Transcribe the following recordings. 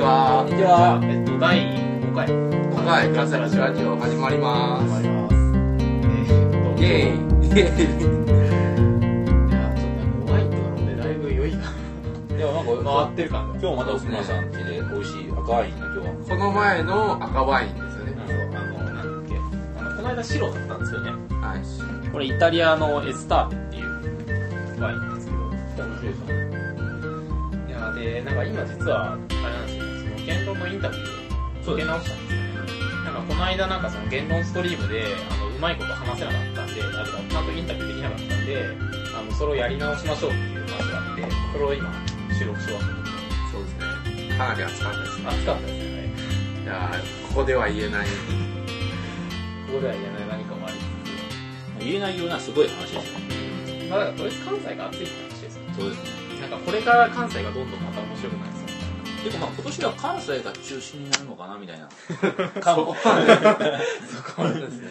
は、えっと、第5回5はい、カセラジラジオ始まりま。始ますりますえっとイェイイェイ いやちょっとなんかワインとか飲んでだいぶ酔いがでもなんか回ってる感が今日また奥村さん家で美味しい赤ワインが今日はこの前の赤ワインですよね。そうあのなんだっけあのこの間白だったんですよねはい。これイタリアのエスターペっていうワインなんですけどいやでなんか今実はあれなんですよその言論のインタビューを受け直したんですよねなんかこの間なんかその言論ストリームであのうまいこと話せなかったんであれだちゃんとインタビューできなかったんであのそれをやり直しましょうっていう話があってこれを今収録しようと思っそうてですね。かなり暑かったですね。暑かったですよねいやーここでは言えない。ここでは言えない何かもありつ言えないようなすごい話ですつねまあだからとりあえず関西が暑いって話ですよねそうですねなんかこれから関西がどんどんまた面白くなりそう結構まあ今年は関西が中心になるのかなみた いなかもそうですね。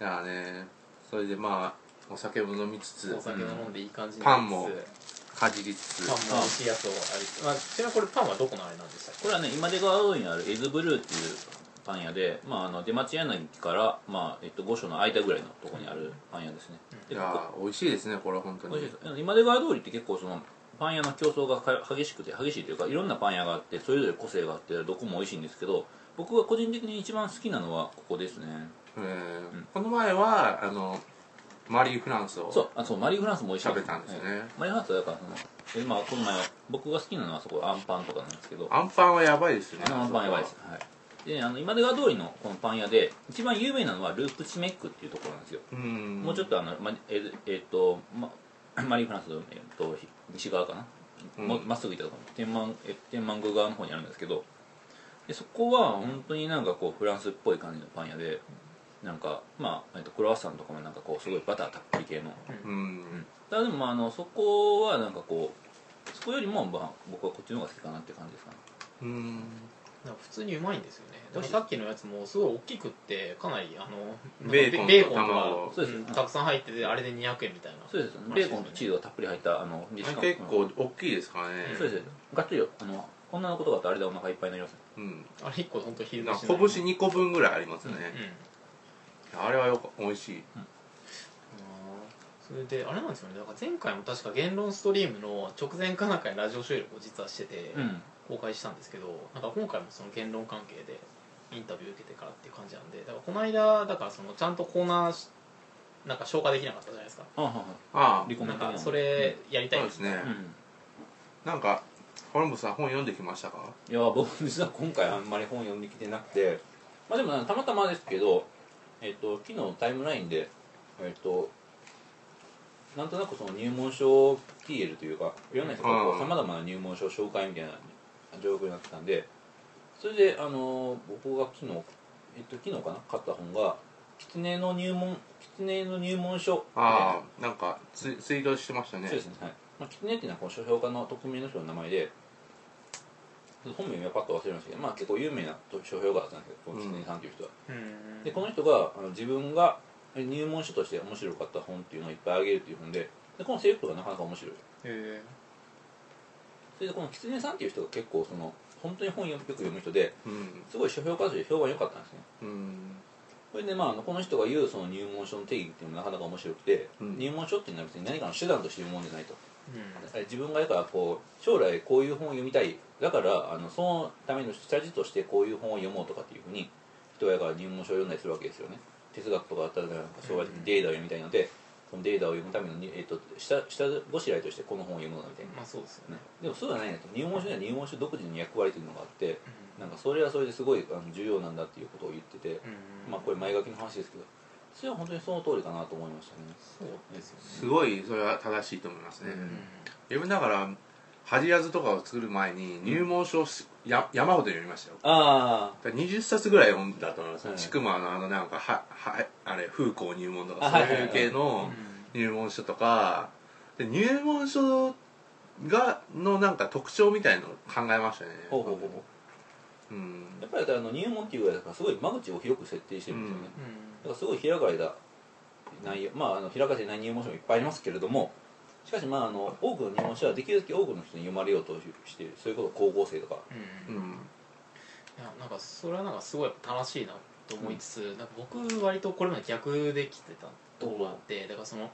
いやーね、それでまあ、お酒を飲みつつお、酒を飲んでいい感じにパンもなりつつかじりつつパン、も美味しいやつをありつつ、まあ、ちなみにこれパンはどこのあれなんでしたっけこれはね今出川通りにあるエズブルーっていうパン屋で、まあ、あの出町柳から、まあえっと、御所の間ぐらいのところにあるパン屋ですね、いでやー美味しいですね、これは本当美に。味しいです今出川通りって結構そのパン屋の競争がか激しくて激しいというかいろんなパン屋があってそれぞれ個性があってどこも美味しいんですけど僕が個人的に一番好きなのはここですねえーこの前は、あの、マリーフランスをそうあそうマリーフランスも美味しい食べたんですよね。マリーフランスはだからその、えまあ、この前は僕が好きなのはそこアンパンとかなんですけどアンパンはやばいですよね。あのアンパンやばいです、はい、でねあの今出川通りのこのパン屋で一番有名なのはループチメックっていうところなんですようん。もうちょっとあの、まええっとま、 マリーフランスの、えっと、ひ西側かな、うんもまっすぐ行ったとこ天満え天満宮側の方にあるんですけどでそこは本当になんかこうフランスっぽい感じのパン屋でなんかまあ、えっと、クロワッサンとかもなんかこうすごいバターたっぷり系のうん。ただでもまああのそこはなんかこうそこよりも、まあ、僕はこっちの方が好きかなっていう感じですかねうん。なんか普通にうまいんですよねだからさっきのやつもすごい大きくってかなりあのベーコンとベとか卵そうですうんたくさん入っててあれで200円みたいなそうですベーコンとチーズがたっぷり入ったあのでしかも結構大きいですからね。そうですがっつりよあの女の子とかだとあれでお腹いっぱいになりますねうん。あれ1個本当昼なん飯か拳になる2個分ぐらいありますね、うんうんあれはよく美味しいそれであれなんですよねだから前回も確か言論ストリームの直前かなんかにラジオ収録を実はしててうん公開したんですけど、なんか今回もその言論関係でインタビュー受けてからっていう感じなんでだからこの間だからそのちゃんとコーナーしなんか消化できなかったじゃないですかあはいはいあリコなメンんトかそれやりあたいそうですね、うんなんかコロンボスさん本読んできましたかいや僕実は今回あんまり本読んできてなくてまあでもなたまたまですけどえっ、と昨日タイムラインでえっ、となんとなくその入門書 TL というかいろんな人がうんさまざまな入門書紹介みたいな状況になってたんでそれであの僕が昨日えっ、と昨日かな買った本が「狐の入門狐の入門書」ああなんかツイツイートしてましたねそうですね、はいまあ、キツネっていうのはこの書評家の匿名の人の名前で本名はパッと忘れましたけど、まあ、結構有名な書評家だったんですけどこのキツネさんという人は、うんでこの人があの自分が入門書として面白かった本っていうのをいっぱいあげるっていう本ででこのセリフとかなかなか面白いへそれでこのキツネさんっていう人が結構その本当に本をよく読む人でうんすごい書評家として評判良かったんですねうんそれでまああのこの人が言うその入門書の定義っていうのもなかなか面白くて、うん入門書っていうのは別に何かの手段として読むもんじゃないとえ自分がだからこう将来こういう本を読みたいだからあのそのための下地としてこういう本を読もうとかっていうふうに人がだから入門書を読んだりするわけですよね哲学とかだったらなんか将来的にデータを読みたいので、そのデータを読むためのに、えっと下下ごしらえとしてこの本を読むのだみたいうんな、まあそうですよねね、でもそうじゃないんだと入門書には入門書独自の役割というのがあってなんかそれはそれですごいあの重要なんだっていうことを言ってて、うんまあこれ前書きの話ですけどそれは本当にその通りかなと思いましたねそうですよねすごいそれは正しいと思いますね、ううんん自分だからハジヤズとかを作る前に入門書をしや山ほど読みましたよあだから20冊ぐらい読んだと思いますはいちくまのあのなんかははあれ風光入門とかあそうはいはいいはうい系の入門書とかで入門書がのなんか特徴みたいのを考えましたねあほうほうほうほううんやっぱりあの入門っていうぐらいだからすごい間口を広く設定してるんですよね、うんうんだからすごい開かれた内容まああの開かれてない入門書もいっぱいありますけれどもしかしまああの多くの入門書はできるだけ多くの人に読まれようとしているそういうこと高校生とかうんうんいやなんかそれはなんかすごいやっぱ楽しいなと思いつつ、なんか僕割とこれまで逆できてたところがあってだからその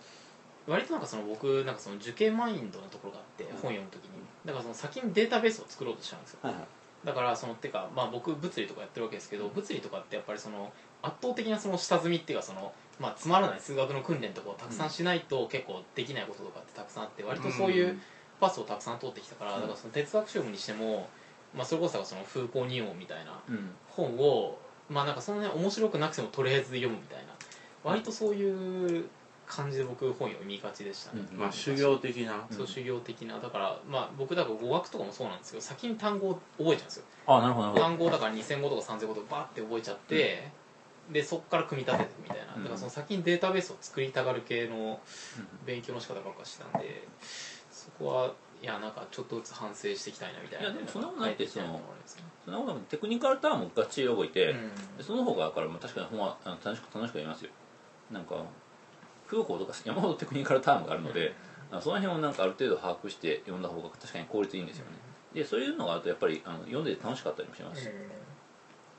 割となんかその僕なんかその受験マインドのところがあって、ん本読むときにだからその先にデータベースを作ろうとしたんですよはいはいだからそのてかまあ僕物理とかやってるわけですけど物理とかってやっぱりその圧倒的なその下積みっていうかそのまあつまらない数学の訓練とかをたくさんしないと結構できないこととかってたくさんあって割とそういうパスをたくさん通ってきたから、うんだからその哲学書読むにしても、まあ、それこそその風光入門みたいなうん本をまあなんかそんなに面白くなくてもとりあえず読むみたいな割とそういう感じで僕本読みがちでしたね、うんまあ修行的なそう修行的なだからまあ僕だから語学とかもそうなんですけど先に単語を覚えちゃうんですよあなるほどなるほ単語だから2000語とか3000語とかバーって覚えちゃって、でそっから組み立ててみたいな、うんだからその先にデータベースを作りたがる系のど勉強の仕方ばっかしてたんでそこはいやなんかちょっとずつ反省していきたいなみたいないいやでもそんなことないって帰きところですねそんなことなくてテクニカルターンもガチ覚えて、うんその方がだからまあ確かにほんまあの楽しく楽しくやりますよなんか空港とか山ほどテクニカルターンがあるので、あその辺をなんかある程度把握して読んだ方が確かに効率いいんですよね、でそういうのがあるとやっぱりあの読んでて楽しかったりもしうまんすそうし、ですよね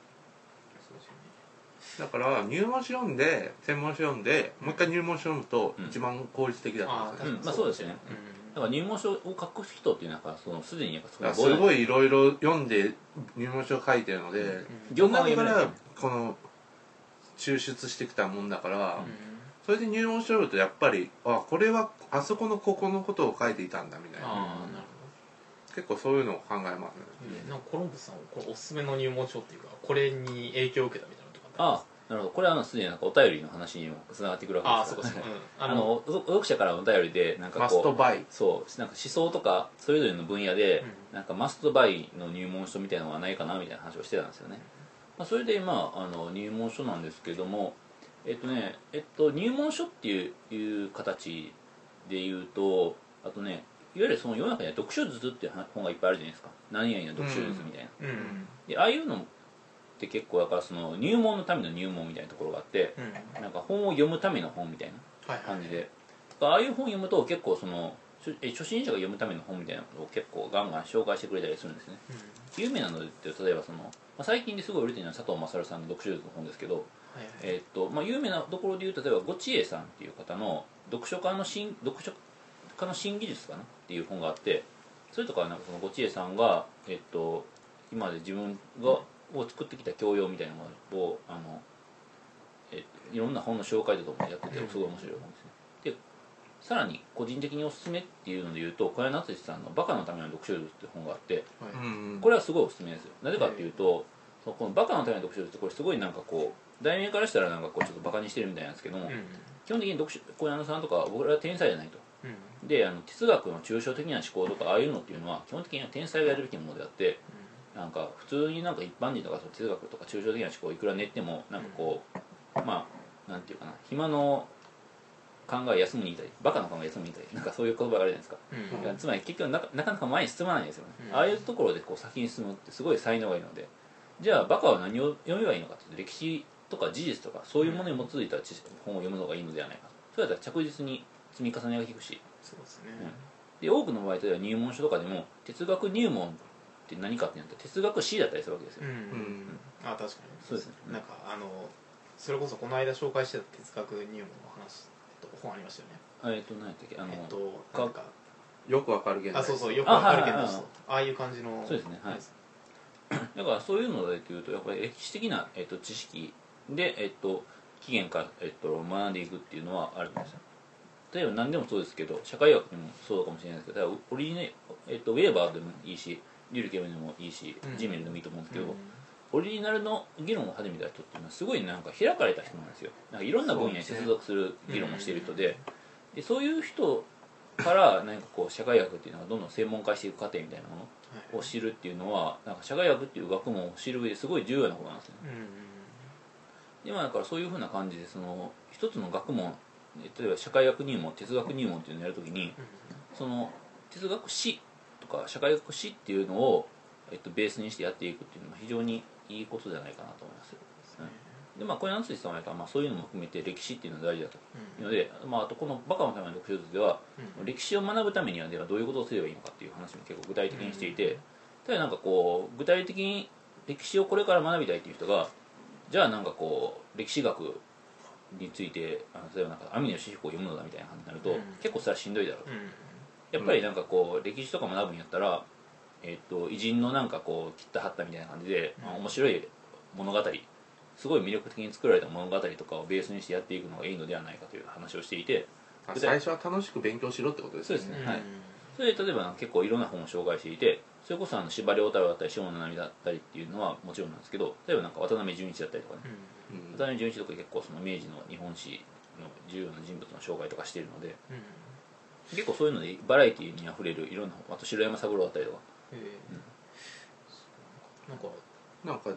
だから入門書読んで専門書読んでもう一回入門書読むとうん一番効率的だと思うんですようね、んまあそうですねうんだから入門書を書く人っていうのはなんかそのすでにやっぱそだのからすごいいいろいろ読んで入門書書いてるので、業だ界をか読めないらこの抽出してきたもんだから、うんそれで入門書読むとやっぱりあこれはあそこのここのことを書いていたんだみたいなああなる結構そういうのを考えますねほど、なんかコロンブスさんこれおすすめの入門書っていうかこれに影響を受けたみたいなのとかってああなるほどこれはあのすでになんかお便りの話にもつながってくるあわあけそでうすかかそらうか、うん、あのお読者からのお便りでなんかマこスうトバイそうなんか思想とかそれぞれの分野で、なんかマストバイの入門書みたいなのはないかなみたいな話をしてたんですよね、まあ、それで今あの入門書なんですけどもえっとねえっと入門書っていういう形で言うとあとねいわゆるその世の中には読書術っていう本がいっぱいあるじゃないですか何々の読書術みたいな、うんうんでああいうのって結構だからその入門のための入門みたいなところがあってうんなんか本を読むための本みたいなはいはい感じでああいう本読むと結構その初え初心者が読むための本みたいなのを結構ガンガン紹介してくれたりするんですねうん有名なので言うと例えばその、まあ、最近ですごい売れてるのは佐藤勝さんの読書術の本ですけど、はいはいえーっとまあ、有名なところで言うと例えばゴチエさんっていう方の読書家の新読書家の新技術かなっていう本があってそれとかはなんかそのゴチエさんが、えーっと今まで自分がを作ってきた教養みたいなものをあの、えーっといろんな本の紹介とかもやっててすごい面白い本ですね。でさらに個人的におすすめっていうので言うと小谷夏実さんの「バカのための読書術」っていう本があってはいうんこれはすごいおすすめですよなぜかっていうと、そのこのバカのための読書術ってこれすごいなんかこう題名からしたらなんかこうちょっとバカにしてるみたいなんですけども、うん基本的に読書小柳さんとかは僕らは天才じゃないとうんであの哲学の抽象的な思考とかああいうのっていうのは基本的には天才がやるべきものであってなんか普通になんか一般人とかその哲学とか抽象的な思考をいくら練ってもなんかこうまあなんていうかな暇の考えを休むにいたりバカの考えを休むにいたりなんかそういう言葉があるじゃないですかうんいやつまり結局なかなかなか前に進まないんですよね、うんああいうところでこう先に進むってすごい才能がいいのでじゃあバカは何を読めばいいのかっていうと歴史とか事実とかそういうものに基づいた知識本を読むのがいいのではないかとそうやったら着実に積み重ねが効くしそうですねで多くの場合では入門書とかでも哲学入門って何かってなったら哲学 C だったりするわけですよ、うん、うんあ確かにそうですねなんかあのそれこそこの間紹介してた哲学入門の話えっと本ありましたよねあえっと何やったっけあの、えっとなんかよくわかる現代あそうそうよくあわかるけどはいはいはいそうああいう感じのそうですねはいやつだからそういうのでいうとやっぱり歴史的な、えっと、知識で、えっと、起源から、えっと、学んでいくっていうのはあるんですよ例えば何でもそうですけど社会学にもそうかもしれないですけど例えばオリジナリ、えっと、ウェーバーでもいいしリュルケムでもいいし、うんジメルでもいいと思うんですけど、うんオリジナルの議論を始めた人っていうのはすごいなんか開かれた人なんですよなんかいろんな分野に接続する議論をしている人で,、でそういう人から何かこう社会学っていうのがどんどん専門化していく過程みたいなものはいを知るっていうのはなんか社会学っていう学問を知る上ですごい重要なことなんですねうんうん今だからそういうふうな感じでその一つの学問例えば社会学入門哲学入門っていうのをやるときにその哲学史とか社会学史っていうのを、えっと、ベースにしてやっていくっていうのは非常にいいことじゃないかなと思いますでまあ小柳敦さんはやっぱまあそういうのも含めて歴史っていうのは大事だといううんので、まあ、あとこの「バカのための読書術」ではうん歴史を学ぶためにはではどういうことをすればいいのかっていう話も結構具体的にしていて、ただなんかこう具体的歴史をこれから学びたいっていう人がじゃあなんかこう歴史学についてあの例えばなんか網野志彦を読むのだみたいな話になると、うん結構それはしんどいだろううんやっぱりなんかこう歴史とか学ぶんやったら、えっと偉人のなんかこう切った貼ったみたいな感じで、うんまあ面白い物語すごい魅力的に作られた物語とかをベースにしてやっていくのがいいのではないかという話をしていてあ最初は楽しく勉強しろってことですそうねでうすねんはいそれで例えばなんか結構いろんな本を紹介していてそれこそあの司馬遼太郎だったり下野七海だったりっていうのはもちろんなんですけど例えばなんか渡辺淳一だったりとかね、ううん渡辺淳一とか結構その明治の日本史の重要な人物の紹介とかしているのでんうん結構そういうのでバラエティーにあふれるいろんな本あと城山三郎だったりとかえーなんかなんか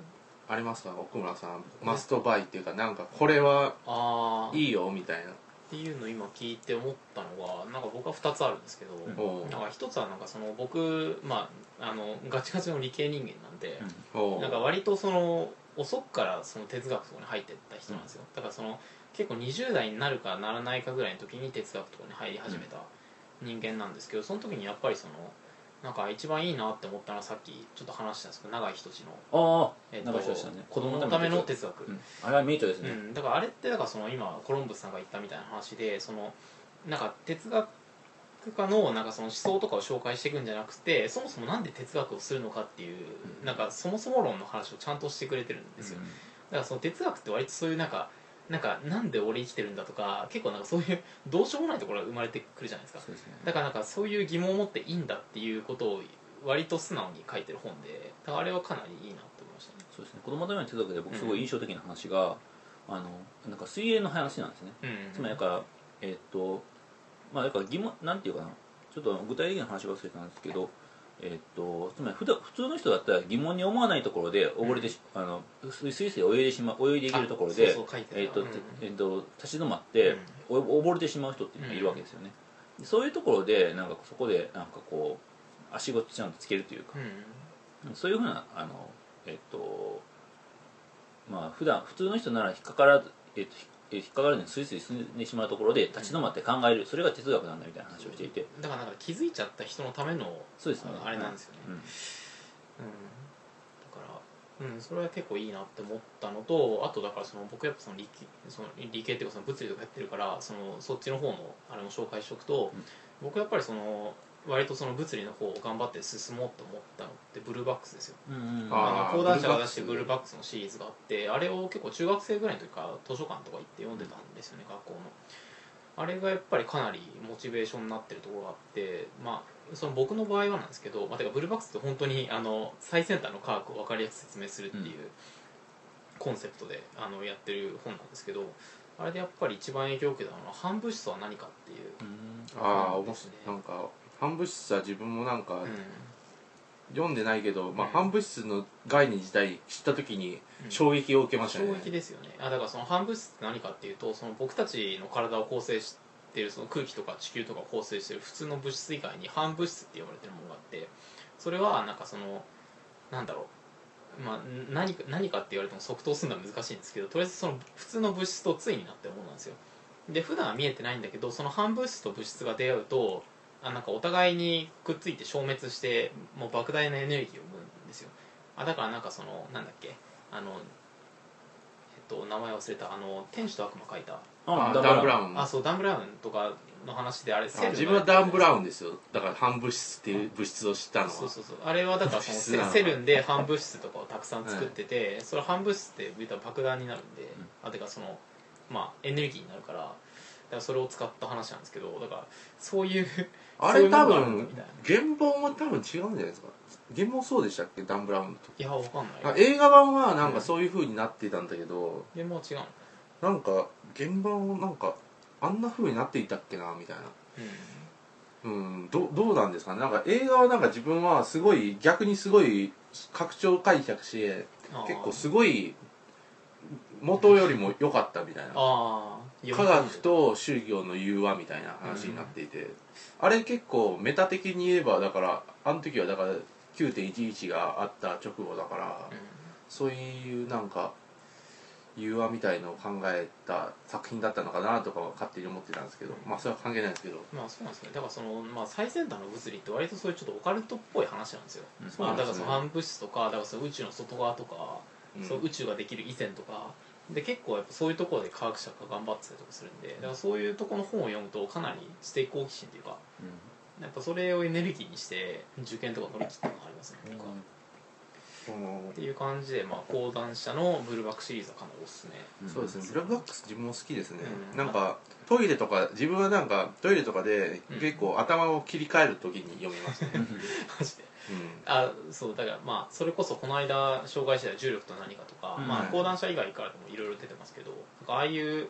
ありますか奥村さんマストバイっていうかなんかこれはああいいよみたいなっていうのを今聞いて思ったのがなんか僕は2つあるんですけど、んおうなんか一つはなんかその僕、まあ、あのガチガチの理系人間なんで、おうなんか割とその遅くからその哲学とかに入ってった人なんですよ、だからその結構20代になるかならないかぐらいの時に哲学とかに入り始めた人間なんですけどその時にやっぱりそのなんか一番いいなって思ったのはさっきちょっと話したんですけど永井仁の、ああ、えっと長い人でしたね子供のための哲学、うんあれはミートですね、うん、だからあれってだからその今コロンブスさんが言ったみたいな話でそのなんか哲学家のなんかその思想とかを紹介していくんじゃなくてそもそもなんで哲学をするのかっていうなんかそもそも論の話をちゃんとしてくれてるんですよ、うんだからその哲学って割とそういうなんかなんかなんで俺生きてるんだとか結構なんかそういうどうしようもないところが生まれてくるじゃないですかそうですねだからなんかそういう疑問を持っていいんだっていうことを割と素直に書いてる本でだからあれはかなりいいなと思いましたねそうですね子供のための哲学で僕すごい印象的な話が、あのなんか水泳の話なんですね、うんつまりだからえーっとまあだから疑問なんていうかなちょっと具体的な話忘れたんですけどえーっとつまり普段普通の人だったら疑問に思わないところで溺れてし、あのスイスイで泳いでしま泳いでいけるところあでそうそう書いてたえーっとうんえーっと立ち止まって、お溺れてしまう人っていうのがいるわけですよね、でそういうところでなんかそこでなんかこう足ごとちゃんとつけるというかうんそういうふうなあのえっとまあ普段普通の人なら引っかからず、えっと、ひ引っかからずにスイスイ進んでしまうところで立ち止まって考える、それが哲学なんだみたいな話をしていてだからなんか気づいちゃった人のためのそうですねああれなんですよね、うんうん、だから、うん、それは結構いいなって思ったのとあとだからその僕やっぱその理系その理系っていうかその物理とかやってるからそのそっちの方のあれも紹介しとくと、うん僕やっぱりその割とその物理の方を頑張って進もうと思ったのってブルーバックスですようんうんああーの講談社が出してブブルルーーババックスのシリーズがあってあれを結構中学生ぐらいの時から図書館とか行って読んでたんですよね、学校のあれがやっぱりかなりモチベーションになってるところがあってまあその僕の場合はなんですけど、まあ、てかブルーバックスって本当にあの最先端の科学を分かりやすく説明するっていうコンセプトであのやってる本なんですけどあれでやっぱり一番影響を受けたのは反物質とは何かっていう、うんああそう面で白すねいなんか半物質は自分もなんかうん読んでないけど、まあ、うん半物質の概念自体知った時にうん衝撃を受けましたね、衝撃ですよねあだからその反物質って何かっていうとその僕たちの体を構成しているその空気とか地球とかを構成している普通の物質以外に反物質って呼ばれてるものがあってそれはなんかそのなんだろう、まあ、ん何か何かって言われても即答するのは難しいんですけどとりあえずその普通の物質と対になってるものなんですよで普段は見えてないんだけどその反物質と物質が出会うとあなんかお互いにくっついて消滅してもう莫大なエネルギーを生むんですよあだからなんかそのなんだっけあのえっと、名前忘れたあの天使と悪魔書いた、ああーダンブラウンあそうダン・ブラウンとかの話であれセあル自分はダン・ブランウンですよだから半物質っていう物質を知ったのはそうそうそうあれはだからその物質なセのセルンで反物質とかをたくさん作ってて、それ反物質って言ったら爆弾になるんで、あてかそのまあエネルギーになるからだからそれを使った話なんですけどだからそういう あれ多そういうものがあるんだ分みたいな原本は多分違うんじゃないですか原本そうでしたっけダン・ブラウンいやわかんとあない映画版はなんかそういう風になってたんだけど、でも違うのなんか原版をなんかあんな風になっていたっけなみたいなううんどどうなんですかねなんか映画はなんか自分はすごい逆にすごい拡張解釈してんあー結構すごい元よりも良かったみたいなああ科学と宗教の融和みたいな話になっていて、あれ結構メタ的に言えばだからあの時はだから9.11があった直後だから、そういうなんか融和みたいのを考えた作品だったのかなとかは勝手に思ってたんですけどまあそれは関係ないですけどまあそうなんですねだからその、まあ、最先端の物理って割とそういうちょっとオカルトっぽい話なんですよ、うんそうなんですねだからその反物質とかだからその宇宙の外側とか、うんその宇宙ができる以前とかで結構やっぱそういうところで科学者が頑張ってたりとかするんでだからそういうとこの本を読むとかなり知的好奇心というかやっぱそれをエネルギーにして受験とか乗り切ったのがありますね、僕はそのっていう感じで、まあ、講談社のブルーバックシリーズはかなりおす すめそうですねブラックバックス自分も好きですね、うんなんかトイレとか自分はなんかトイレとかでうん結構頭を切り替える時に読み ますね、 マジでうんあそうだからまあそれこそこの間障害者や重力と何かとか、うんまあはい講談社以外からでもいろいろ出てますけどなんかああいう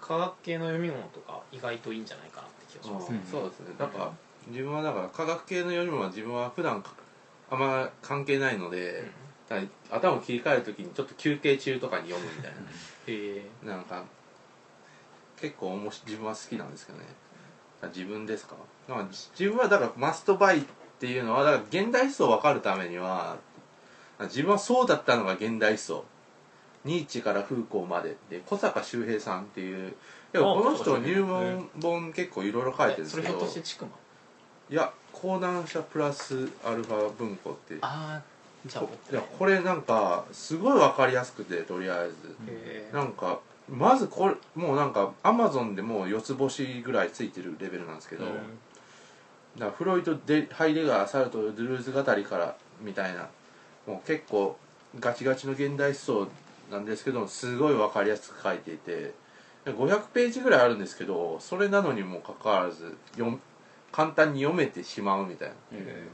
科学系の読み物とか意外といいんじゃないかなって気がします、んそうですねなんか自分はだから科学系のよりも自分は普段あんま関係ないのうんで、だから頭を切り替える時にちょっと休憩中とかに読むみたいへえななんか結構おもし自分は好きなんですけどねだから自分ですかなんか自分はだからマストバイっていうのはだから現代思想を分かるためには自分はそうだったのが現代思想ニーチェからフーコーまでで小坂周平さんっていうでもこの人入門本結構いろいろ書いてるんですそけれひょどっとしてちくまいや講談社プラスアルファ文庫ってああじゃあ僕いやこれなんかすごい分かりやすくてとりあえずへえなんかまずこれもうなんかアマゾンでもう四つ星ぐらいついてるレベルなんですけど、うんだからフロイトデハイデガーサルトルドゥルーズ語りからみたいなもう結構ガチガチの現代思想なんですけどすごい分かりやすく書いていて500ページぐらいあるんですけどそれなのにもかかわらず読む簡単に読めてしまうみたいなへ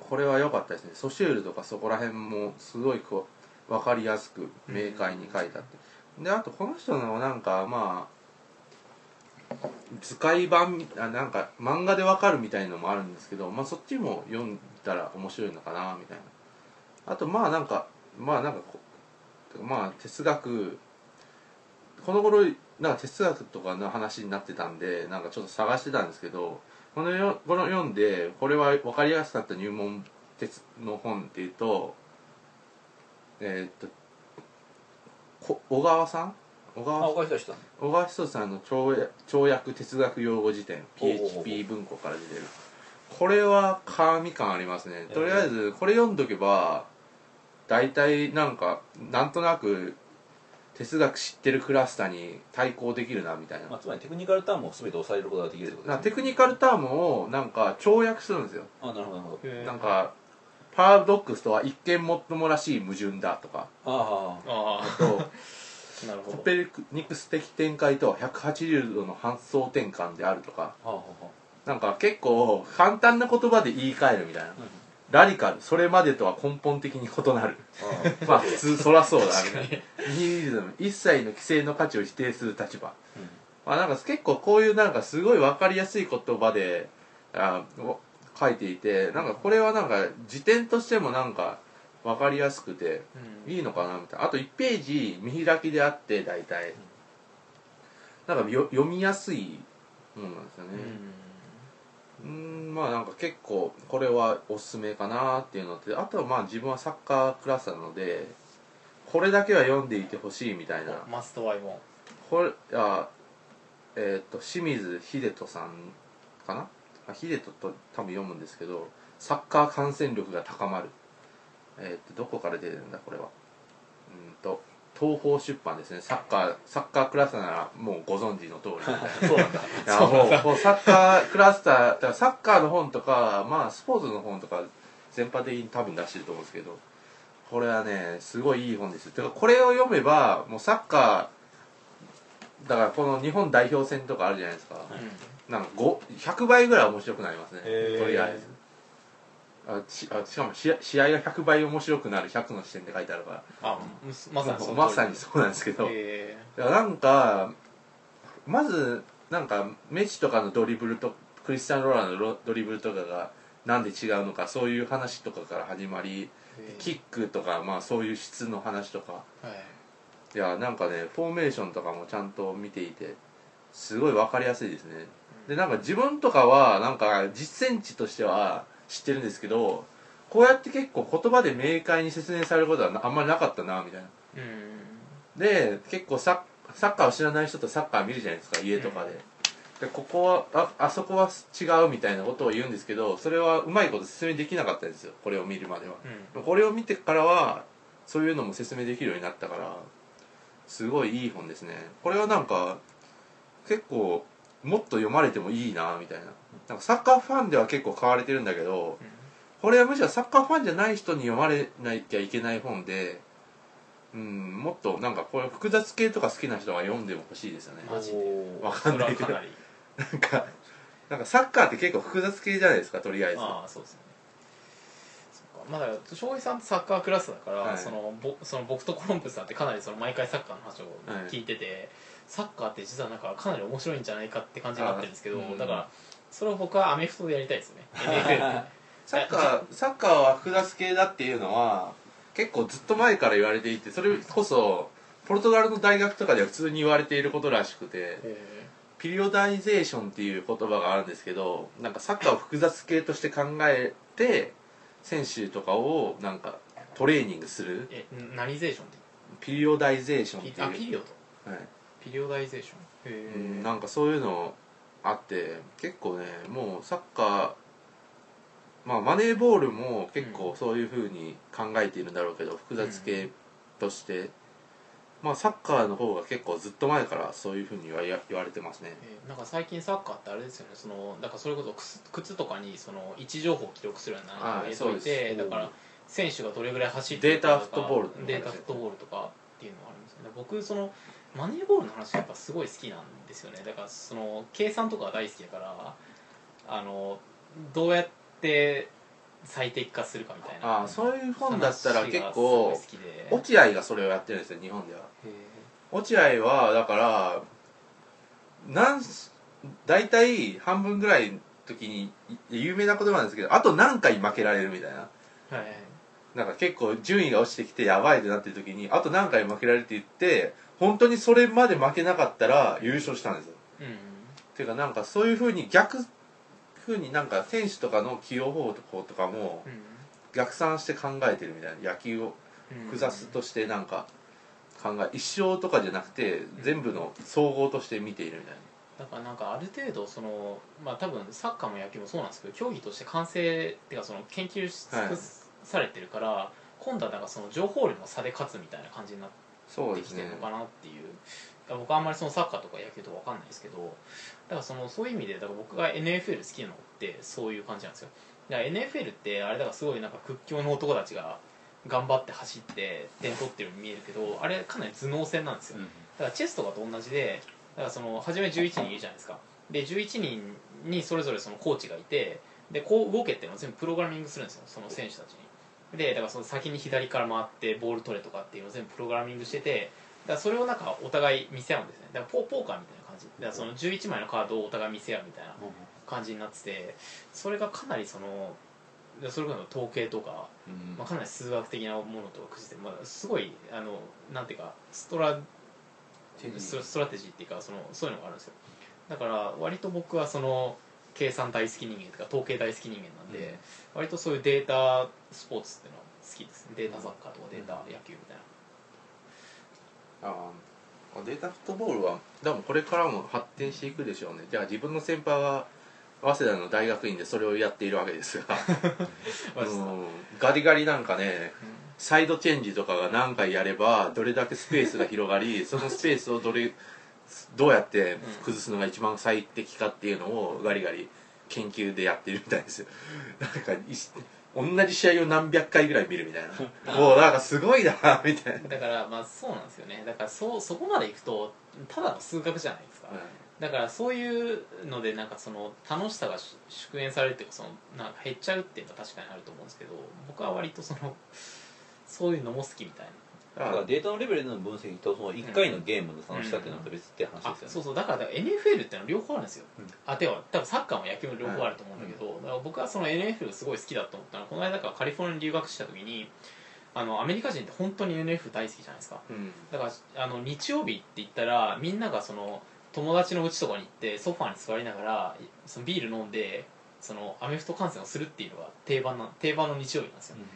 これは良かったですねソシュールとかそこら辺もすごいこう分かりやすく明快に書いたって、であとこの人のなんかまあ図解版あなんか漫画で分かるみたいのもあるんですけど、まあ、そっちも読んだら面白いのかなみたいなあとまあなんかまあなんかこまあ哲学この頃なんか哲学とかの話になってたんでなんかちょっと探してたんですけどこのよこの読んでこれは分かりやすかった入門鉄の本っていうとえーっとこ小川さん小あ川おかしした小川仁さんの跳躍跳躍哲学用語辞典ほうほうほう PHP 文庫から出てるこれは神感ありますねとりあえずこれ読んどけば大体なんかなんとなく哲学知ってるクラスターに対抗できるなみたいなまあ、つまりテクニカルターンも全て抑えることができるってことなです、んねか、テクニカルタームをなんか跳躍するんですよあなるほどなるほどえなんかパラドックスとは一見もっともらしい矛盾だとか ああとあなるほコどペルニクス的展開とは180度の発想転換であるとかあはあはあはなんか結構簡単な言葉で言い換えるみたいなあ、うんラディカルそれまでとは根本的に異なるまあ普通そらそうだみたいなニヒリズム一切の規制の価値を否定する立場まあなんか結構こういうなんかすごい分かりやすい言葉であお書いていてなんかこれはなんか辞典としてもなんか分かりやすくてうんいいのかなみたいなあと1ページ見開きであって大体なんかよ読みやすいものなんですよね、うんうーんまあなんか結構これはおすすめかなっていうのとあとはまあ自分はサッカークラスなのでこれだけは読んでいてほしいみたいなおマストワイもこれあえーっと清水秀人さんかなあ秀人と多分読むんですけどサッカー感染力が高まるえーっとどこから出てるんだこれはうーんと東宝出版ですねサッカーサッカークラスならもうご存知の通りみたいな そうなんだいやもうもうサッカークラスターだからサッカーの本とか、まあ、スポーツの本とか全般的に多分出してると思うんですけどこれはねすごいいい本ですよてかこれを読めばもうサッカーだからこの日本代表戦とかあるじゃないですか、うなんか5 100倍ぐらい面白くなりますね、へーとりあえずあしあしかも試合試合が100倍面白くなる100の視点って書いてあるからんあまさにその通りまさにそうなんですけど、へえいやなんかまずなんかメッシとかのドリブルとクリスチャン・ローランドのロドリブルとかがなんで違うのかそういう話とかから始まりへえキックとか、まあ、そういう質の話とかはいいやなんかねフォーメーションとかもちゃんと見ていてすごい分かりやすいですねでなんか自分とかはなんか実践値としては知ってるんですけどこうやって結構言葉で明快に説明されることはなあんまりなかったなみたいなうんで結構サッサッカーを知らない人とサッカー見るじゃないですか家とかで,、でここはああそこは違うみたいなことを言うんですけどそれはうまいこと説明できなかったんですよこれを見るまでは、これを見てからはそういうのも説明できるようになったからすごいいい本ですねこれはなんか結構もっと読まれてもいいなみたいななんかサッカーファンでは結構買われてるんだけどこれはむしろサッカーファンじゃない人に読まれなきゃいけない本でうんもっとなんかこういう複雑系とか好きな人が読んでも欲しいですよねマジでわかそんれなはいけかどなりなんかなんかサッカーって結構複雑系じゃないですかとりあえずああそうですねそっかまあだから翔平さんってサッカークラスだから、はいそのぼその僕とコロンブスさんってかなりその毎回サッカーの話を聞いてて、サッカーって実はなんかかなり面白いんじゃないかって感じになってるんですけど、あーうんだからそれを僕はアメフトでやりたいですね NFL サッカーサッカーは複雑系だっていうのは結構ずっと前から言われていてそれこそポルトガルの大学とかでは普通に言われていることらしくてピリオダイゼーションっていう言葉があるんですけどなんかサッカーを複雑系として考えて選手とかをなんかトレーニングするえーえ何ゼーションってピリオダイゼーションっピてあピいう、リオドはいピリオダイゼーションへうえん、なんかそういうのあって結構ねもうサッカー、まあ、マネーボールも結構そういうふうに考えているんだろうけど複雑系として、まあ、サッカーの方が結構ずっと前からそういうふうにはや言われてますねえーなんか最近サッカーってあれですよねそのだからそれこそ靴靴とかにその位置情報を記録するようなのをはい入れといてそだうですから選手がどれぐらい走っデてータフットボールの話データフットボールとかっていうのがあるんですよね僕そのマネーボールの話やっぱすごい好きなんですよねだからその計算とかが大好きだからあのどうやって最適化するかみたいなああそういう本だったら結話が構すごい好きで落合がそれをやってるんですよ日本ではへ落合はだから何大体半分ぐらいの時に有名な言葉なんですけどあと何回負けられるみたいなえはいはいなんか結構順位が落ちてきてやばいってなってる時にあと何回負けられるって言って本当にそれまで負けなかったら優勝したんですようんていうかなんかそういう風に逆風になんか選手とかの起用方法とかもう逆算して考えてるみたいな野球をんうん複雑としてなんか考え一生とかじゃなくて全部の総合として見ているみたいだからなんかある程度そのまあ多分サッカーも野球もそうなんですけど競技として完成っていうかその研究し尽はいくされてるから、今度はなんかその情報量の差で勝つみたいな感じになっなそうてできすてねるのかなっていうだから僕はあんまりそのサッカーとか野球とかわかんないですけどだからそのそういう意味でだから僕が NFL 好きなのってそういう感じなんですよだから NFL ってあれだからすごいなんか屈強の男たちが頑張って走って点取ってるように見えるけどあれかなり頭脳戦なんですよ、だからチェスとかと同じでだからその初め11人いるじゃないですかで11人にそれぞれそのコーチがいてでこう動けっていうのを全部プログラミングするんですよその選手たちにでだからその先に左から回ってボール取れとかっていうのを全部プログラミングしててだからそれをなんかお互い見せ合うんですねだからポポーカーみたいな感じだからその11枚のカードをお互い見せ合うみたいな感じになっててそれがかなりそのでそれこそ統計とかまあ、かなり数学的なものとか駆使して、まあ、すごいあのなんていうかストラテジーストラストラテジーっていうかそのそういうのがあるんですよだから割と僕はその計算大好き人間とか統計大好き人間なんで、割とそういうデータスポーツっていうのは好きですねデータサッカーとかデータ野球みたいな、あーデータフットボールは多分これからも発展していくでしょうねじゃあ自分の先輩は早稲田の大学院でそれをやっているわけですが まあ実はうんガリガリなんかねサイドチェンジとかが何回やればどれだけスペースが広がりそのスペースをどれどうやって崩すのが一番最適かっていうのをガリガリ研究でやってるみたいですよなんかいし同じ試合を何百回ぐらい見るみたいな もうなんかすごいなみたいなうん、だからまあそうなんですよねだからそうそこまでいくとただの数学じゃないですか、だからそういうのでなんかその楽しさがし縮減されるっていうかそのなんか減っちゃうっていうのは確かにあると思うんですけど僕は割とそのそういうのも好きみたいだからデータのレベルの分析とその1回のゲームの楽しさっていうのと別って話なあですそうよねそうだからだから NFL ってのは両方あるんですよ、うんあては多分サッカーも野球も両方あると思うんだけど、だから僕はその NFL すごい好きだと思ったのはこの間だからカリフォルニアに留学した時にあのアメリカ人って本当に NFL 大好きじゃないですかうんだからあの日曜日って言ったらみんながその友達の家とかに行ってソファーに座りながらそのビール飲んでそのアメフト観戦をするっていうのが定番な定番の日曜日なんですよ、うん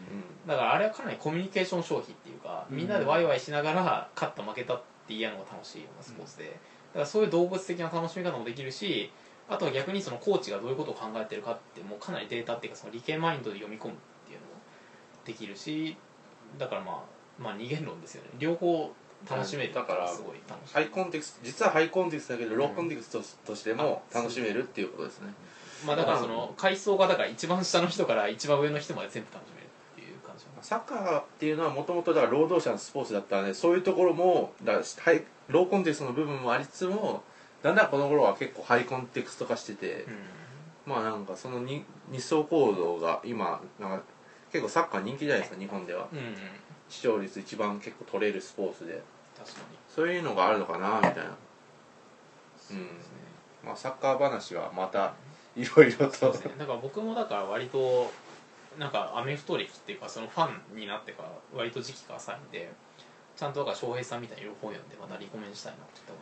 だからあれはかなりコミュニケーション消費っていうかみんなでワイワイしながら勝った負けたって言い合うのが楽しいようなスポーツで、だからそういう動物的な楽しみ方もできるしあとは逆にそのコーチがどういうことを考えてるかってもうかなりデータっていうかその理系マインドで読み込むっていうのもできるしだからまあまあ二元論ですよね両方楽しめるっていうのだはからすごい楽しいハイコンテクスト実はハイコンテクストだけどローコンテクストとしても楽しめるっていうことですねまあだからその階層がだから一番下の人から一番上の人まで全部楽しめるっていう感じなんですサッカーっていうのはもともとだから労働者のスポーツだったのでそういうところもだからハイローコンテクストの部分もありつつもだんだんこの頃は結構ハイコンテクスト化してて、まあなんかそのに二層行動が今なんか結構サッカー人気じゃないですか日本ではうん、うんうん、視聴率一番結構取れるスポーツで確かにそういうのがあるのかなみたいな、そうですね、まあ、サッカー話はまたいろいろそとうですねだから僕もだから割となんかアメフト歴っていうかそのファンになってから割と時期が浅いんでちゃんとだから翔平さんみたいに両方読んでまたリコメンしたい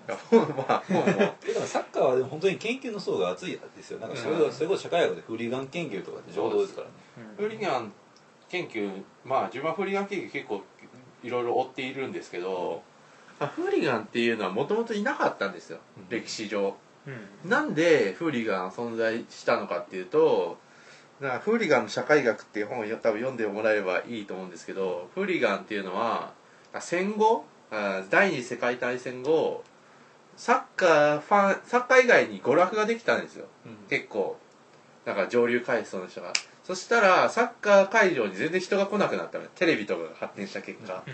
なって思いいまやす本まあ本もだからサッカーはでも本当に研究の層が厚いですよなんかそれこうんそそれこそ社会学でフリーガン研究とかって情報ですからねフリガン研究まあ自分はフリガン研究結構いろいろ追っているんですけど、まあフーリガンっていうのはもともといなかったんですよ、うん歴史上うんなんでフーリガン存在したのかっていうとだからフーリガンの社会学っていう本をよ多分読んでもらえればいいと思うんですけどフーリガンっていうのはあ戦後あ第二次世界大戦後サッカーファンサッカー以外に娯楽ができたんですよ結構なんか上流階層の人がそしたらサッカー会場に全然人が来なくなったのテレビとかが発展した結果、うん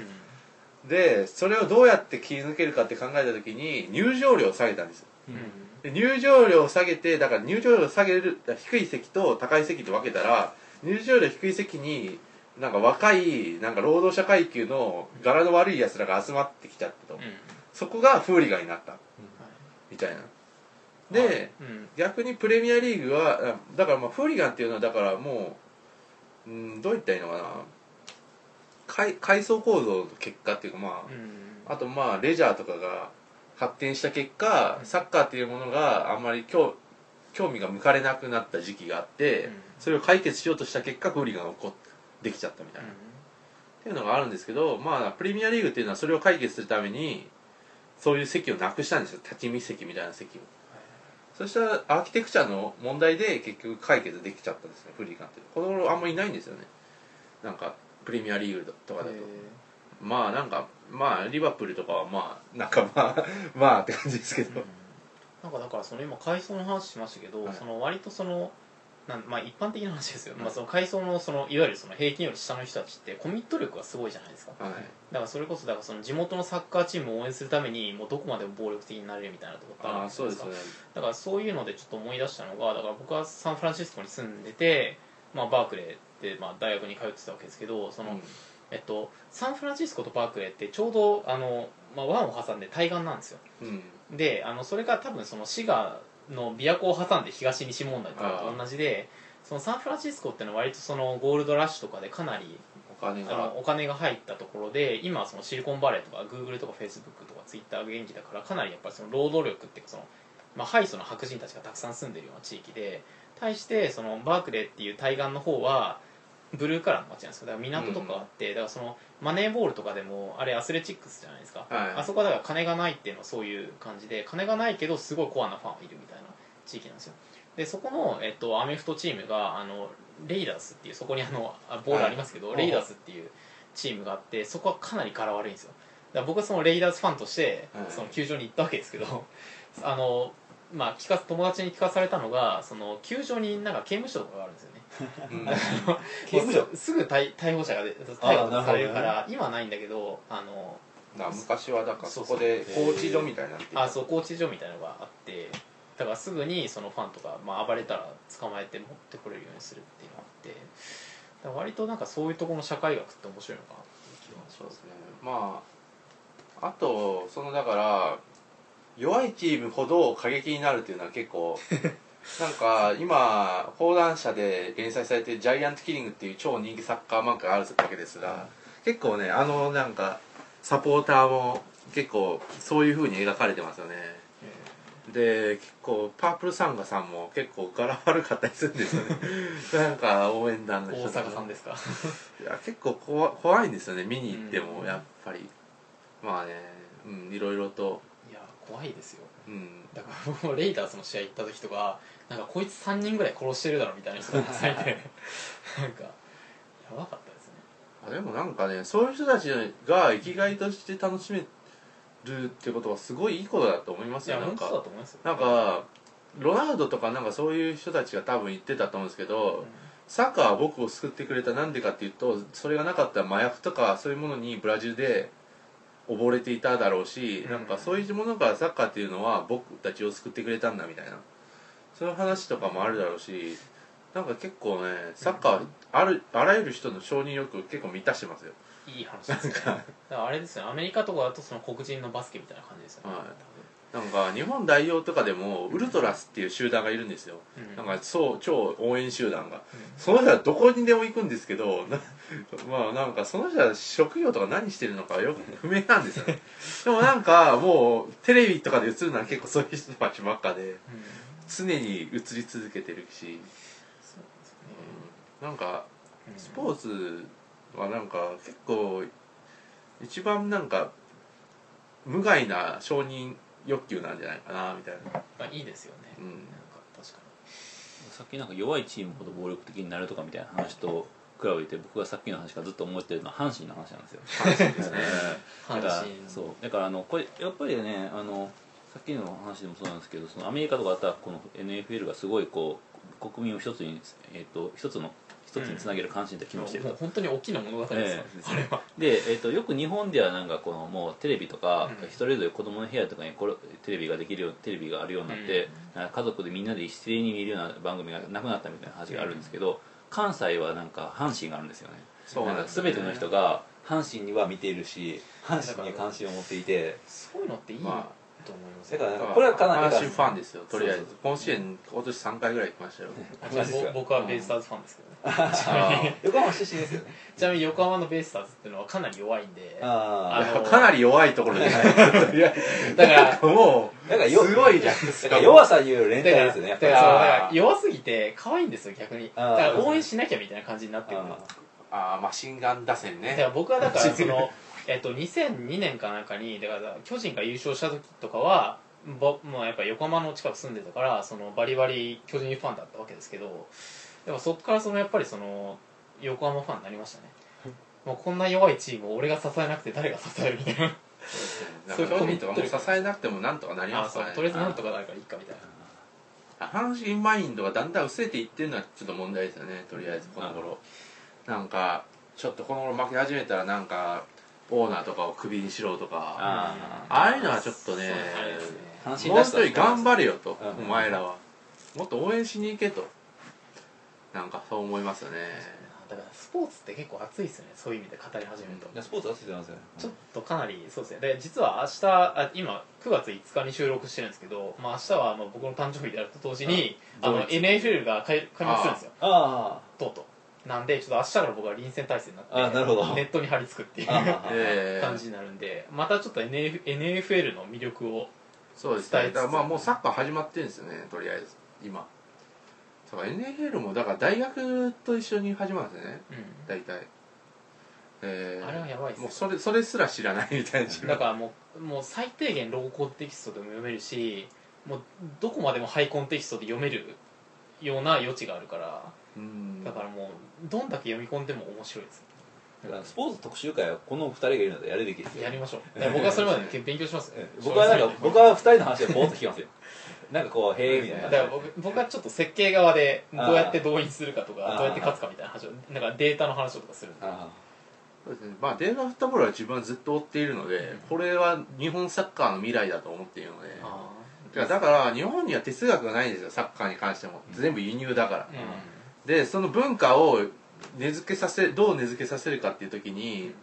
でそれをどうやって切り抜けるかって考えた時に入場料を下げたんですようんで入場料を下げてだから入場料を下げる低い席と高い席で分けたら入場料低い席になんか若いなんか労働者階級の柄の悪い奴らが集まってきちゃったと、うんそこがフーリガンになったみたいなで、うんうん逆にプレミアリーグはあだからまあフーリガンっていうのはだからもう、うん、どう言ったらいいのかな階階層構造の結果っていうかまうあ、んあとまあレジャーとかが発展した結果うんサッカーっていうものがあんまり興興味が向かれなくなった時期があって、うんそれを解決しようとした結果フーリガンが起こっできちゃったみたいな、っていうのがあるんですけどまあプレミアリーグっていうのはそれを解決するためにそういう席をなくしたんですよ立ち見席みたいな席を。そしたらアーキテクチャの問題で結局解決できちゃったんですねフリーガンってこの頃あんまりいないんですよねなんかプレミアリーグとかだと、まあなんかまあリバプールとかはまあなんかまあ まあって感じですけど、なんかだからその今階層の話しましたけど、はいその割とそのなんまあ一般的な話ですよ、はいまあその階層のそのいわゆるその平均より下の人たちってコミット力がすごいじゃないですかはいだからそれこそだからその地元のサッカーチームを応援するためにもうどこまでも暴力的になれるみたいなところってああるあじゃそなうでいですすかねだからそういうのでちょっと思い出したのがだから僕はサンフランシスコに住んでて、まあ、バークレーって、まあ、大学に通ってたわけですけどその、えっと、サンフランシスコとバークレーってちょうどあの、まあ、湾を挟んで対岸なんですようん、うんであのそれが多分その滋賀の琵琶湖を挟んで東西問題とかと同じでそのサンフランシスコってのは割とそのゴールドラッシュとかでかなりお金あがのお金が入ったところで今はそのシリコンバレーとかグーグルとかフェイスブックとかツイッターが元気だからかなりやっぱりその労働力っていうかその、まあ、ハイソの白人たちがたくさん住んでるような地域で対してそのバークレーっていう対岸の方はブルーカラーの街なんですよだから港とかあって、だからそのマネーボールとかでもあれアスレチックスじゃないですか、はいあそこはだから金がないっていうのはそういう感じで金がないけどすごいコアなファンはいるみたいな地域なんですよでそこの、えっと、アメフトチームがあのレイダースっていうそこにあのあボールありますけど、はいレイダースっていうチームがあってそこはかなり柄悪いんですよだから僕はそのレイダースファンとして、はいその球場に行ったわけですけどあのまあ聞か友達に聞かされたのがその球場になんか刑務所とかがあるんですよね うん刑務所もうすすぐ逮逮捕者がで逮捕あーなるほどねされるから今はないんだけどあのな昔はだからそそうそうこで放置所みたいになっててあそう高知所みたいなのがあってだからすぐにそのファンとか、まあ、暴れたら捕まえて持ってこれるようにするっていうのがあってだから割となんかそういうところの社会学って面白いのかなっていう気がしそうまですすねまああとそのだから弱いチームほど過激になるっていうのは結 構なんか今講談社で連載されてる「ジャイアントキリング」っていう超人気サッカー漫画があるわけですが、結構ねあのなんかサポーターも結構そういう風に描かれてますよねえで結構パープルサンガさんも結構柄悪かったりするんですよ ねなんか応援団の大人とか阪さんですかいや結構こわ怖いんですよね見に行ってもやっぱり、まあねうんいろいろと いや怖いですようんだから僕もレイダースの試合行った時とかなんかこいつ3人ぐらい殺してるだろみたいな人がたく さんいてなんかやばかったですねあでもなんかねそういう人たちが生きがいとして楽しめるってことはすごいいいことだと思いますいよやな本ん当だとか思いますよなんかロナウドとかなんかそういう人たちが多分言ってたと思うんですけど、うんサッカーは僕を救ってくれたなんでかっていうとそれがなかったら麻薬とかそういうものにブラジルで溺れていただろうし、うんなんかそういうものがサッカーっていうのは僕たちを救ってくれたんだみたいなそういう話とかもあるだろうしなんか結構ねサッカーはあるあらゆる人の承認欲を結構満たしてますよ、いい話ですねだからあれですねアメリカとかだとその黒人のバスケみたいな感じですよね、はいなんか日本代表とかでもウルトラスっていう集団がいるんですよ、うんなんかそう超応援集団がうんその人はどこにでも行くんですけどな まあなんかその人は職業とか何してるのかよく不明なん ですよねでもなんかもうテレビとかで映るのは結構そういう人たちばっかでうん常に映り続けてるし、そうですねうんなんかうんスポーツはなんか結構一番なんか無害な承認欲求なんじゃないかなみたいな、まあいいですよね、うんなんか確かさっきなんか弱いチームほど暴力的になるとかみたいな話と比べて僕がさっきの話からずっと思ってるのは阪神の話なんですよ話ですねだにから阪神そうだからあのこれやっぱりねあのさっきの話でもそうなんですけどそのアメリカとかだったらこの NFL がすごいこう国民を一つに、えっと一つの一つにつなげる関心で機能してるともう本当に大きな物語ですよ、えあれはで、えー、とよく日本ではなんかこのもうテレビとか、うんそれぞれ子供の部屋とかにこれテレビができるようテレビがあるようになって、なんか家族でみんなで一斉に見るような番組がなくなったみたいな話があるんですけど、関西はなんか阪神があるんですよねそうなんかですね全ての人が阪神には見ているし阪神に関心を持っていてそういうのっていいと思いまますだよ、からだらこれはかなり阪神ファンですよとりあえそうずそう甲子園今年3回ぐらい行きましたよあマジですかぼ僕はベイスターズファンですけどね、あ 横浜出身ですよねちなみに横浜のベイスターズっていうのはかなり弱いんでだかー ああいのやかなり弱いところじゃないいやらもうなんかよすごいじゃないですだかから弱さによる連帯だからですよねやだっかぱりらあそうーだから弱すぎて可愛いんですよ逆にだあーから応援しなきゃみたいな感じになってくるんですあーマシンガン打線だからね僕はだからその、えっと、2002年かなんかにだから巨人が優勝した時とかはぼもうやっぱ横浜の近く住んでたからそのバリバリ巨人ファンだったわけですけどでもそこからそのやっぱりその横浜ファンになりましたねもうこんな弱いチームを俺が支えなくて誰が支えるみたいななんそかう巨人とかもう支えなくてもなんとかなりまあすそうからとりあねえずなんとかなるからいいかみたいな阪神マインドがだんだん薄れていってるのはちょっと問題ですよねとりあえずこの頃なんかちょっとこの頃負け始めたらなんかオーナーとかをクビにしろとかあああいうのはちょっとねそうあれですねー阪神もうらし一さです人頑張れよと、うんお前らはもっと応援しに行けとなんかそう思いますよねだからスポーツって結構熱いですよねそういう意味で語り始めると、いやスポーツはついてますよねちょっとかなりそうですねで実は明日あ今9月5日に収録してるんですけど、まあ、明日はあの僕の誕生日であると同時にああの同日 NFL が開開幕するんですよあとうとうなんでちょっと明日から僕は臨戦態勢になってあなるほどネットに張り付くっていうあああえ 感じになるんでまたちょっと NF NFL の魅力をそうですね伝えだつかつらまあもうサッカー始まってるんですよねとりあえず今だから NFL もだから大学と一緒に始まるんですよねうん大体えーあれはやばいっすもねうそれそれすら知らないみたいなだからもうもう最低限ローコンテキストでも読めるしもうどこまでもハイコンテキストで読めるような余地があるからうんだからもうどんだけ読み込んでも面白いですだからスポーツ特集会はこの二人がいるのでやるべきですよやりましょう。僕はそれまでに勉強しますよええ僕はなん正か直僕は二人の話をぼーっと聞きますよなんかこうへえみただいなから僕僕はちょっと設計側でどうやって動員するかとあかーどうやって勝つかみたいな話をなんかデータの話をとかするんであそうですねまあデータフットボールは自分はずっと追っているのでうんこれは日本サッカーの未来だと思っているのであてかだから日本には哲学がないんですよサッカーに関しても全部輸入だから、ーでその文化を根付けさせどう根付けさせるかっていう時に、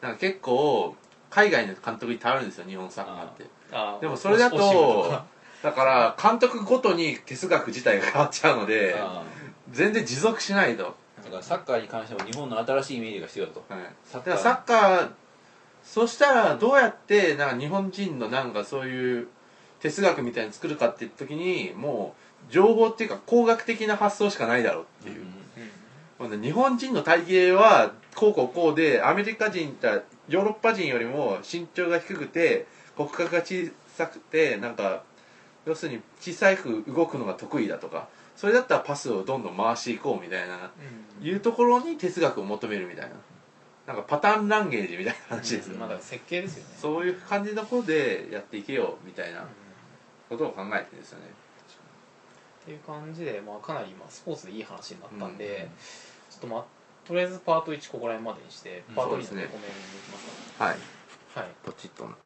なんか結構海外の監督に頼るんですよ日本サッカーってあーでもそれだとお仕事がだから監督ごとに哲学自体が変わっちゃうのであ全然持続しないと、だからサッカーに関しても日本の新しいイメージが必要だとはい、サッだからサッカーそしたらどうやってなんか日本人のなんかそういう哲学みたいに作るかっていう時にもう情報っていうか工学的な発想しかないだろうっていう、ほんで日本人の体型はこうこうこうでアメリカ人ってヨーロッパ人よりも身長が低くて骨格が小さくてなんか要するに小さく動くのが得意だとかそれだったらパスをどんどん回していこうみたいないうところに哲学を求めるみたいななんかパターンランゲージみたいな話ですよ、まだ設計ですよねそういう感じのことでやっていけよみたいなことを考えてるんですよねっていう感じで、まあ、かなり今スポーツでいい話になったんで、ちょっとまあとりあえずパート1ここら辺までにしてパーそト2のうですねごめんに行きますはいか、はいポチッとな